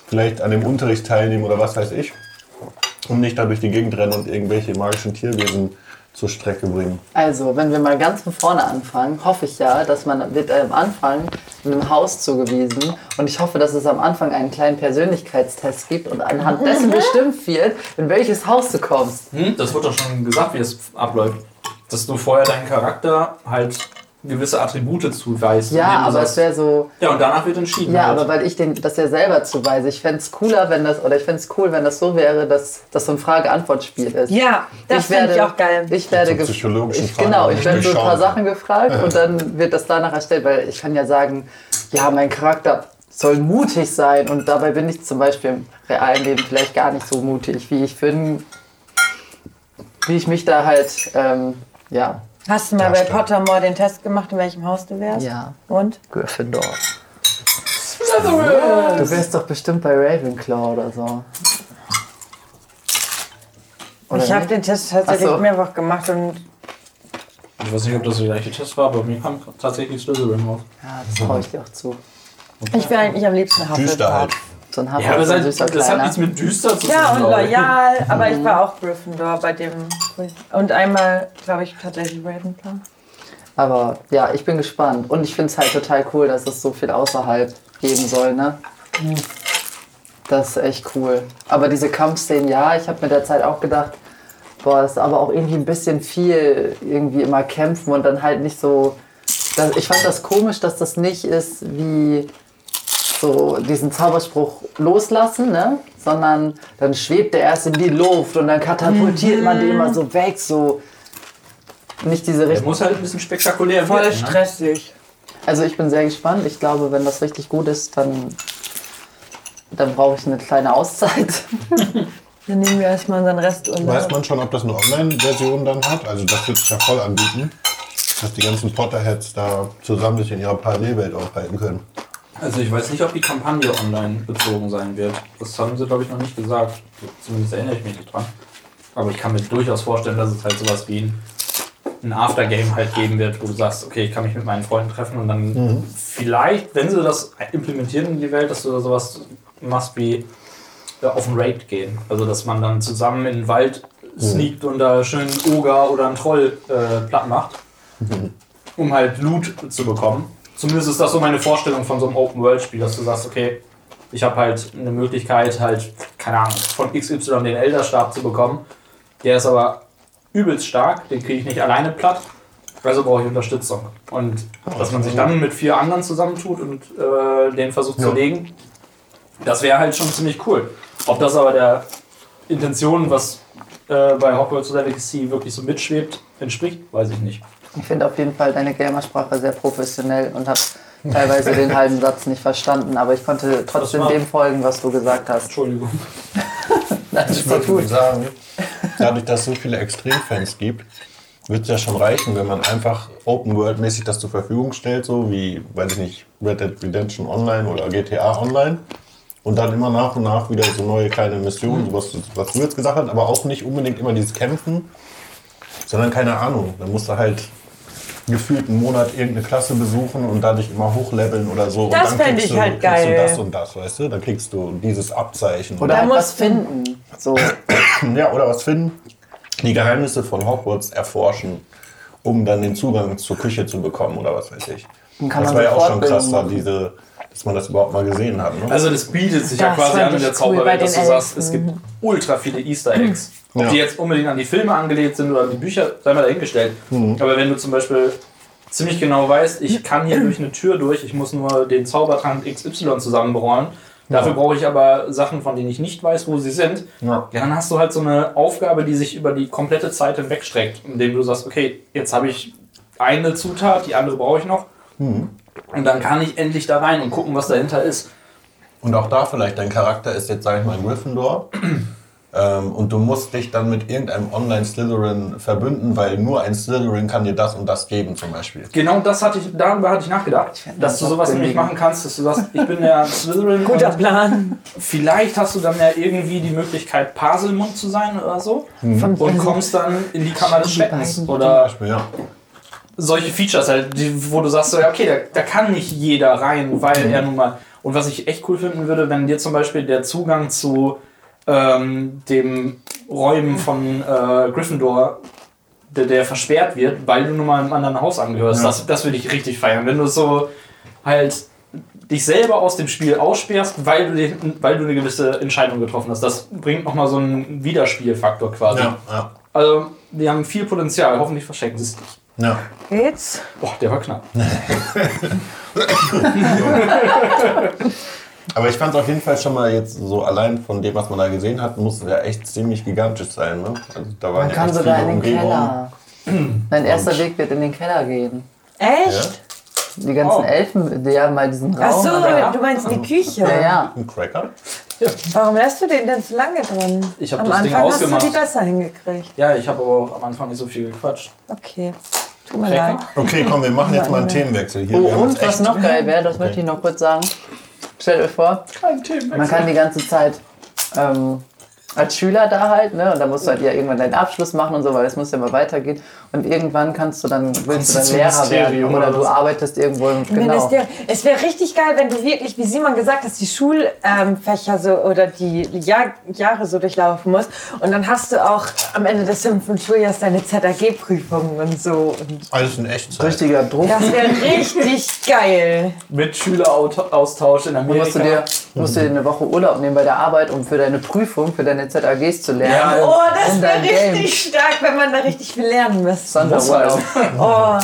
S5: vielleicht an dem Unterricht teilnehmen oder was weiß ich. Und nicht da durch die Gegend rennen und irgendwelche magischen Tierwesen zur Strecke bringen.
S6: Also, wenn wir mal ganz von vorne anfangen, hoffe ich ja, dass man wird ähm, am Anfang einem Haus zugewiesen und ich hoffe, dass es am Anfang einen kleinen Persönlichkeitstest gibt und anhand dessen bestimmt wird, in welches Haus du kommst.
S4: Hm, das wird doch schon gesagt, wie es abläuft. Dass du vorher deinen Charakter halt gewisse Attribute zuweist.
S6: Ja,
S4: indem du
S6: aber
S4: sagst-
S6: es wäre so,
S4: Ja, und danach wird entschieden.
S6: ja,
S4: halt.
S6: aber weil ich den, das ja selber zuweise. Ich fände es cooler, wenn das, oder ich fände es cool, wenn das so wäre, dass das so ein Frage-Antwort-Spiel ist.
S3: Ja, das finde ich auch geil.
S6: Ich werde ge-
S5: psychologischen
S6: ich,
S5: Fragen,
S6: Genau,
S5: die
S6: ich
S5: ich
S6: werde so ein paar
S5: durchschauen
S6: Sachen gefragt und dann wird das danach erstellt, weil ich kann ja sagen, ja, mein Charakter soll mutig sein und dabei bin ich zum Beispiel im realen Leben vielleicht gar nicht so mutig, wie ich bin, wie ich mich da halt, ähm, ja,
S3: Hast du mal bei Pottermore den Test gemacht, in welchem Haus du wärst?
S6: ja,
S3: Und?
S6: Gryffindor. Du wärst doch bestimmt bei Ravenclaw oder so. Oder
S3: ich habe
S6: nicht?
S3: den Test tatsächlich
S6: Ach so.
S3: mehrfach gemacht und
S4: Ich weiß nicht, ob das der gleiche Test war, aber mir kam tatsächlich Slytherin auf.
S6: Ja, das traue ich dir auch zu.
S3: ich wäre eigentlich am liebsten
S5: Düster halt.
S3: Hufflepuff.
S6: So ein Hafer
S4: Ja, aber
S6: ist ein
S4: seid,
S6: süßer
S4: das hat
S6: Kleiner.
S4: nichts mit düster zu tun.
S3: Ja, und
S4: glaube ich.
S3: loyal, aber ich war auch Gryffindor bei dem. Und einmal, glaube ich, tatsächlich Ravenclaw.
S6: Aber ja, ich bin gespannt. Und ich finde es halt total cool, dass es so viel außerhalb geben soll, ne? Das ist echt cool. Aber diese Kampfszenen, ja, ich habe mir derzeit auch gedacht, boah, das ist aber auch irgendwie ein bisschen viel, irgendwie immer kämpfen und dann halt nicht so. Das, ich fand das komisch, dass das nicht ist wie so diesen Zauberspruch loslassen, ne? Sondern dann schwebt der erst in die Luft und dann katapultiert man den immer so weg, so. Nicht diese
S4: Der
S6: richtige
S4: muss halt ein bisschen spektakulär
S3: Voll
S4: wirken, ne?
S3: stressig.
S6: also ich bin sehr gespannt. Ich glaube, wenn das richtig gut ist, dann, dann brauche ich eine kleine Auszeit.
S3: Dann nehmen wir erstmal unseren Rest und.
S5: Weiß man schon, ob das eine Online-Version dann hat? Also das wird sich ja voll anbieten, dass die ganzen Potterheads da zusammen sich in ihrer Parallelwelt aufhalten können.
S4: Also ich weiß nicht, ob die Kampagne online bezogen sein wird. Das haben sie, glaube ich, noch nicht gesagt. Zumindest erinnere ich mich nicht dran. Aber ich kann mir durchaus vorstellen, dass es halt sowas wie ein, ein Aftergame halt geben wird, wo du sagst, okay, ich kann mich mit meinen Freunden treffen und dann vielleicht, wenn sie das implementieren in die Welt, dass du da sowas machst wie ja, auf ein Raid gehen. Also dass man dann zusammen in den Wald sneakt und da schön einen Oger oder einen Troll äh, platt macht um halt Loot zu bekommen. Zumindest ist das so meine Vorstellung von so einem Open-World-Spiel, dass du sagst, okay, ich habe halt eine Möglichkeit, halt, keine Ahnung, von XY den Elderstab zu bekommen. Der ist aber übelst stark, den kriege ich nicht alleine platt, also brauche ich Unterstützung. Und dass man sich dann mit vier anderen zusammentut und äh, den versucht zu
S5: Ja.
S4: legen, das wäre halt schon ziemlich cool. Ob das aber der Intention, was äh, bei Hogwarts Legacy wirklich so mitschwebt, entspricht, weiß ich nicht.
S6: Ich finde auf jeden Fall deine Gamersprache sehr professionell und habe teilweise den halben Satz nicht verstanden, aber ich konnte trotzdem
S4: war-
S6: dem folgen, was du gesagt hast.
S4: Entschuldigung.
S6: Das ist
S5: Ich
S6: doch
S5: würde
S6: gut.
S5: sagen, dadurch, dass es so viele Extremfans gibt, wird es ja schon reichen, wenn man einfach Open-World-mäßig das zur Verfügung stellt, so wie, weiß ich nicht, Red Dead Redemption Online oder GTA Online. Und dann immer nach und nach wieder so neue kleine Missionen, so was, was du jetzt gesagt hast, aber auch nicht unbedingt immer dieses Kämpfen, sondern keine Ahnung. Dann musst du halt gefühlt einen Monat irgendeine Klasse besuchen und dadurch immer hochleveln oder so.
S3: Das
S5: und dann
S3: fänd
S5: kriegst
S3: ich
S5: du,
S3: halt
S5: kriegst
S3: geil.
S5: Du das und das, weißt du? Dann kriegst du dieses Abzeichen.
S6: Oder halt
S3: muss-
S6: was finden. So.
S5: Ja, oder was finden? Die Geheimnisse von Hogwarts erforschen, um dann den Zugang zur Küche zu bekommen oder was weiß ich.
S6: kann
S5: das
S6: man
S5: war ja
S6: so
S5: auch schon
S6: Fortbildungen
S5: krass, da,
S6: machen.
S5: diese, dass man das überhaupt mal gesehen hat. Ne?
S4: Also das bietet sich ja
S3: Das
S4: quasi
S3: fand
S4: an in
S3: ich
S4: der
S3: cool
S4: Zauberwelt,
S3: bei
S4: dass du
S3: den
S4: sagst, es gibt ultra viele Easter Eggs. Ob
S5: Mhm. Ja.
S4: die jetzt unbedingt an die Filme angelegt sind oder an die Bücher, sei mal dahingestellt.
S5: Mhm.
S4: Aber wenn du zum Beispiel ziemlich genau weißt, ich kann hier durch eine Tür durch, ich muss nur den Zaubertrank XY zusammenrollen. Dafür brauche ich aber Sachen, von denen ich nicht weiß, wo sie sind.
S5: Ja.
S4: Ja, dann hast du halt so eine Aufgabe, die sich über die komplette Zeit hinweg streckt, indem du sagst, okay, jetzt habe ich eine Zutat, die andere brauche ich noch.
S5: Mhm.
S4: Und dann kann ich endlich da rein und gucken, was dahinter ist.
S5: Und auch da vielleicht, dein Charakter ist jetzt, sag ich mal, Gryffindor. Ähm, und du musst dich dann mit irgendeinem Online-Slytherin verbünden, weil nur ein Slytherin kann dir das und das geben, zum Beispiel.
S4: Genau das hatte ich, darüber hatte ich nachgedacht, dass du sowas nämlich machen kannst, dass du sagst, ich bin der Slytherin
S3: Guter
S4: und
S3: Plan.
S4: vielleicht hast du dann ja irgendwie die Möglichkeit, Paselmund zu sein oder so und kommst dann in die Kammer des Schreckens oder
S5: Ja.
S4: solche Features halt, die, wo du sagst, so, ja, okay, da, da kann nicht jeder rein, weil er nun mal... Und was ich echt cool finden würde, wenn dir zum Beispiel der Zugang zu ähm, dem Räumen von äh, Gryffindor der, der versperrt wird, weil du nun mal einem anderen Haus angehörst. Das, das würde ich richtig feiern. Wenn du so halt dich selber aus dem Spiel aussperrst, weil du, den, weil du eine gewisse Entscheidung getroffen hast. Das bringt nochmal so einen Wiederspielfaktor quasi.
S5: Ja, ja,
S4: Also, die haben viel Potenzial. Hoffentlich verschenken sie es nicht.
S5: ja.
S3: Geht's?
S4: Boah, der war knapp.
S5: Aber ich fand es auf jeden Fall schon mal jetzt so allein von dem, was man da gesehen hat, muss es ja echt ziemlich gigantisch sein. Ne? Also da waren
S6: Man
S5: ja
S6: kann
S5: echt
S6: sogar in
S5: viele
S6: den
S5: Umgebungen.
S6: Keller. Mein erster Weg wird in den Keller gehen.
S3: Echt?
S6: Die ganzen Elfen, die haben mal diesen Raum.
S3: Ach so,
S6: aber-
S3: du meinst die Küche.
S6: ja, ja.
S5: Ein Cracker?
S3: Warum lässt du den denn so lange drin?
S4: Ich hab
S3: Am
S4: das
S3: Anfang
S4: Ding
S3: hast du
S4: ausgemacht.
S3: die besser hingekriegt.
S4: Ja, ich habe aber auch am Anfang nicht so viel gequatscht.
S3: Okay. Tut mir
S4: Checker?
S3: leid.
S5: Okay, komm, wir machen jetzt mal einen Themenwechsel hier.
S6: Oh,
S5: Wir haben
S6: und
S5: uns
S6: was
S5: echt-
S6: noch geil wäre, das möchte ich noch kurz sagen. Stellt euch vor, man kann die ganze Zeit ähm, als Schüler da halt, ne, und dann musst du halt ja irgendwann deinen Abschluss machen und so, weil es muss ja mal weitergehen. Und irgendwann kannst du dann, willst du dann
S4: zum
S6: Lehrer werden
S4: Ministerium
S6: oder
S4: oder
S6: du
S4: was?
S6: arbeitest irgendwo im, genau.
S3: Ministerium. Es wäre richtig geil, wenn du wirklich, wie Simon gesagt hat, die Schulfächer so oder die Jahr, Jahre so durchlaufen musst. Und dann hast du auch am Ende des fünften Schuljahres deine ZAG-Prüfungen und so. Und
S5: Alles in Echtzeit.
S6: Richtiger Druck.
S3: das wäre richtig geil.
S4: Mit Schüleraustausch in
S6: Dann
S4: Amerika.
S6: musst du dir, musst du dir eine Woche Urlaub nehmen bei der Arbeit, um für deine Prüfung, für deine ZAGs zu lernen.
S4: Ja.
S3: Oh, das
S6: Und
S3: wäre
S6: dein Game.
S3: richtig stark, wenn man da richtig viel lernen müsste.
S6: Sonderurlaub.
S3: Oh.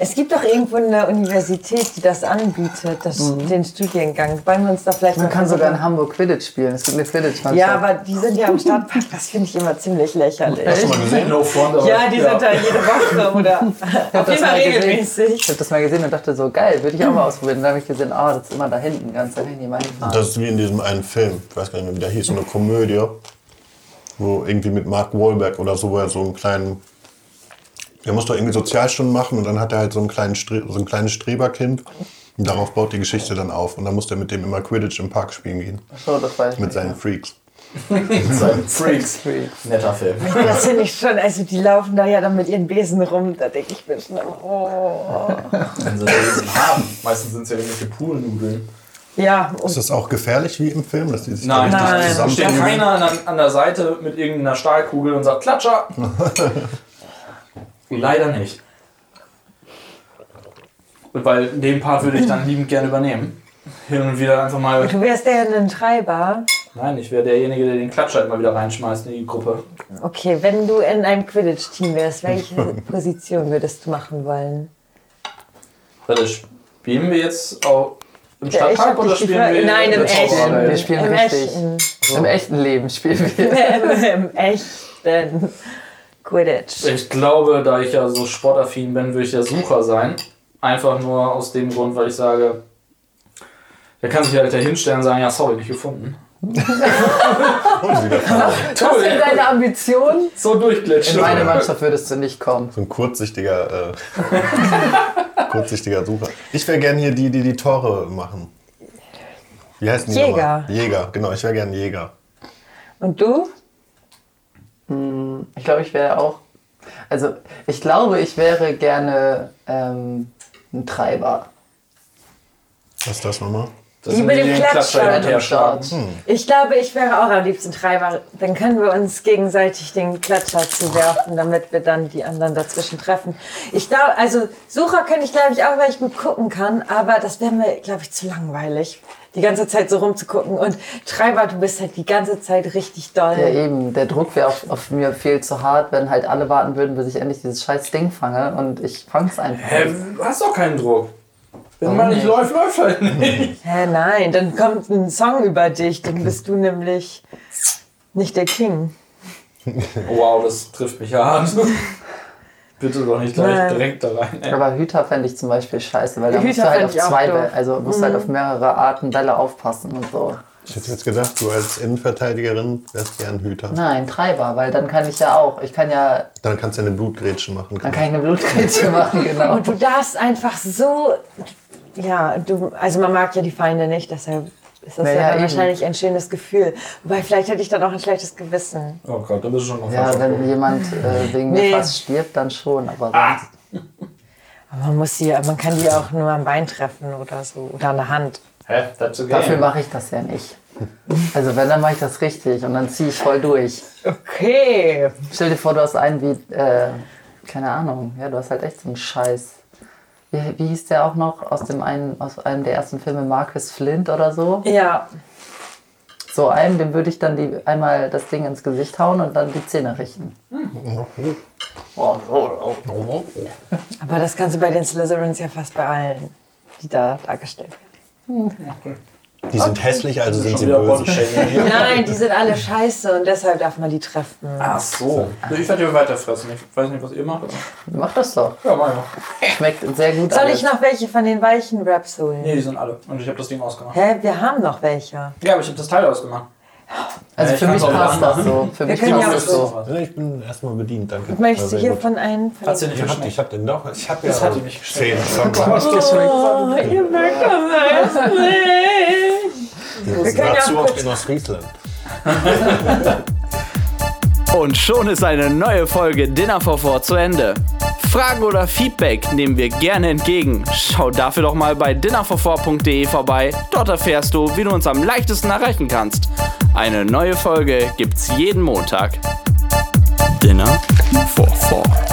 S3: Es gibt doch irgendwo eine Universität, die das anbietet, das, den Studiengang. Wollen wir uns da vielleicht
S6: Mhm. Man
S3: mal
S6: kann sogar in
S3: versuchen?
S6: Hamburg Quidditch spielen. Es gibt eine Quidditch-Mannschaft.
S3: Ja, aber die sind ja im Stadtpark. Das finde ich immer ziemlich lächerlich.
S5: Hast du mal gesehen?
S4: No front, aber-
S3: Ja, die sind da jede Woche oder auf jeden
S6: das
S3: Fall
S6: mal gesehen.
S3: regelmäßig.
S6: Ich habe das mal gesehen und dachte so, geil, würde ich auch mal ausprobieren. Und dann habe ich gesehen, ah, das ist immer da hinten, ganz da hinten, immer hinfahren.
S5: Das ist wie in diesem einen Film, ich weiß gar nicht mehr, wie der hieß, so eine Komödie, wo irgendwie mit Mark Wahlberg oder so, wo er so einen kleinen. Er muss doch irgendwie Sozialstunden machen und dann hat er halt so, einen kleinen Stre so ein kleines Streberkind. Und darauf baut die Geschichte dann auf. Und dann muss er mit dem immer Quidditch im Park spielen gehen.
S6: So, das weiß ich
S5: Mit
S6: nicht.
S5: seinen Freaks.
S4: Freaks. Netter Film.
S3: Das finde ich schon, also die laufen da ja dann mit ihren Besen rum, da denke ich mir schon, immer, oh.
S4: Wenn sie Lesen haben. Meistens sind es ja irgendwelche Poolnudeln.
S3: Ja,
S5: Ist
S3: und
S5: das auch gefährlich wie im Film, dass die sich
S4: Nein.
S5: da
S3: Nein.
S5: richtig
S4: Da steht
S5: zusammenstehen?
S4: keiner an, der- an der Seite mit irgendeiner Stahlkugel und sagt, Klatscher! Leider nicht. Und Weil den Part würde ich dann liebend gerne übernehmen. Hin und wieder einfach mal.
S3: du wärst ja ein Treiber.
S4: Nein, ich wäre derjenige, der den Klatscher immer wieder reinschmeißt in die Gruppe.
S3: Okay, wenn du in einem Quidditch-Team wärst, welche Position würdest du machen wollen?
S4: Warte, spielen wir jetzt auch im
S3: Ja, ich
S4: Stadtpark
S3: hab
S4: oder
S3: dich
S4: spielen
S3: gefragt.
S4: wir
S3: Nein, im
S4: in der
S3: Echten.
S4: Zauberwelt?
S6: Wir spielen
S3: Im
S6: richtig.
S3: echten,
S6: Im echten Leben spielen wir.
S3: im echten Quidditch.
S4: Ich glaube, da ich ja so sportaffin bin, würde ich der Sucher sein. Einfach nur aus dem Grund, weil ich sage, der kann sich halt da hinstellen und sagen, ja, sorry, nicht gefunden.
S5: Und wieder verloren.
S6: Das sind deine Ambitionen?
S4: So durchglitschen.
S6: In meine Mannschaft würdest du nicht kommen.
S5: So ein kurzsichtiger, äh, kurzsichtiger Sucher. Ich wäre gern hier die, die die Tore machen. Wie heißen die?
S3: Jäger.
S5: nochmal? Jäger, genau. Ich wäre gern Jäger.
S3: Und du?
S6: Ich glaube, ich wäre auch. Also, ich glaube, ich wäre gerne ähm, ein Treiber.
S5: Was ist das nochmal?
S4: Das
S3: Die
S4: sind
S3: mit
S4: die,
S3: dem
S4: die den
S3: Klatscher.
S4: Klatscher hin und
S6: Ein
S4: her
S6: Start.
S4: schlagen.
S3: Ich glaube, ich wäre auch am liebsten Treiber. Dann können wir uns gegenseitig den Klatscher zuwerfen, damit wir dann die anderen dazwischen treffen. Ich glaube, also Sucher könnte ich glaube ich auch, weil ich gut gucken kann, aber das wäre mir, glaube ich, zu langweilig, die ganze Zeit so rumzugucken. Und Treiber, du bist halt die ganze Zeit richtig doll.
S6: Ja, eben. Der Druck wäre auf, auf mir viel zu hart, wenn halt alle warten würden, bis ich endlich dieses scheiß Ding fange. Und ich fang's einfach.
S4: Hä, du Äh, hast doch keinen Druck. Wenn man nicht läuft, läuft halt nicht.
S3: Hä, nein, dann kommt ein Song über dich, dann bist du nämlich nicht der King.
S4: Wow, das trifft mich ja hart. Bitte doch nicht gleich
S3: Nein.
S4: direkt da rein. Ey.
S6: Aber Hüter fände ich zum Beispiel scheiße, weil da musst du
S3: Hüter
S6: halt
S3: fänd
S6: auf
S3: ich auch
S6: zwei,
S3: doof. Mhm.
S6: Bälle- also musst du halt auf mehrere Arten Bälle aufpassen und so.
S5: Ich hätte jetzt gedacht, du als Innenverteidigerin wärst gern Hüter.
S6: Nein, Treiber, weil dann kann ich ja auch. Ich kann ja,
S5: Dann kannst du eine Blutgrätsche machen.
S6: dann kann ich eine Blutgrätsche machen, genau.
S3: Und du darfst einfach so, ja, du, also man mag ja die Feinde nicht, deshalb ist das
S6: Naja,
S3: ja dann
S6: eben.
S3: wahrscheinlich ein schönes Gefühl. Wobei vielleicht hätte ich dann auch ein schlechtes Gewissen.
S4: Oh Gott, da bist du schon auf
S6: Ja, wenn jemand äh, wegen
S3: Nee.
S6: mir fast stirbt, dann schon. Aber sonst,
S3: Aber man muss sie, man kann die auch nur am Bein treffen oder so oder an der Hand.
S4: Hä, that's a game.
S6: dafür mache ich das ja nicht. Also wenn, dann mache ich das richtig und dann ziehe ich voll durch.
S3: Okay.
S6: Stell dir vor, du hast einen wie, äh, keine Ahnung, ja, du hast halt echt so einen Scheiß. Wie, wie hieß der auch noch aus, dem einen, aus einem der ersten Filme, Marcus Flint oder so?
S3: Ja,
S6: So einem, dem würde ich dann die, einmal das Ding ins Gesicht hauen und dann die Zähne richten.
S3: aber das kannst du bei den Slytherins ja fast bei allen, die da dargestellt werden.
S5: Die sind hässlich, also sind sie
S4: Wieder
S5: böse.
S4: Bodyshaming.
S3: Nein, die sind alle scheiße und deshalb darf man die treffen.
S4: Ach so. Ich werde hier weiterfressen. Ich weiß nicht, was ihr macht. aber-
S6: Mach das doch.
S4: Ja, mach ja.
S6: Schmeckt sehr gut.
S3: Soll
S6: alles.
S3: ich noch welche von den weichen Raps holen?
S4: Nee, die sind alle. Und ich habe das Ding ausgemacht.
S3: Hä, wir haben noch welche.
S4: Ja, aber ich habe das Teil ausgemacht.
S6: Also
S4: Ja, ich
S6: für mich
S4: kann's auch
S6: passt das
S4: anmachen.
S6: so. Für mich
S3: können ja
S6: passt
S3: auch
S6: das so.
S5: Ja, Ich bin erstmal bedient, danke.
S3: Möchtest du
S5: Sehr
S3: hier
S5: gut.
S3: von einem? Von
S4: Hat sie
S3: den-
S4: nicht
S5: Ich hab, ich
S4: geschmeckt.
S5: hab den doch. Ich hab ja
S4: Das hat die nicht geschmeckt.
S5: zehn schon
S3: Oh, ihr mögt das jetzt nicht.
S5: Wir
S3: können ja
S5: Dazu
S3: auch
S5: auch
S3: kurz-
S5: in Ostfriesland.
S4: Und schon ist eine neue Folge Dinner for Four zu Ende. Fragen oder Feedback nehmen wir gerne entgegen. Schau dafür doch mal bei dinnerforfour.de vorbei. Dort erfährst du, wie du uns am leichtesten erreichen kannst. Eine neue Folge gibt's jeden Montag. Dinner
S7: for four.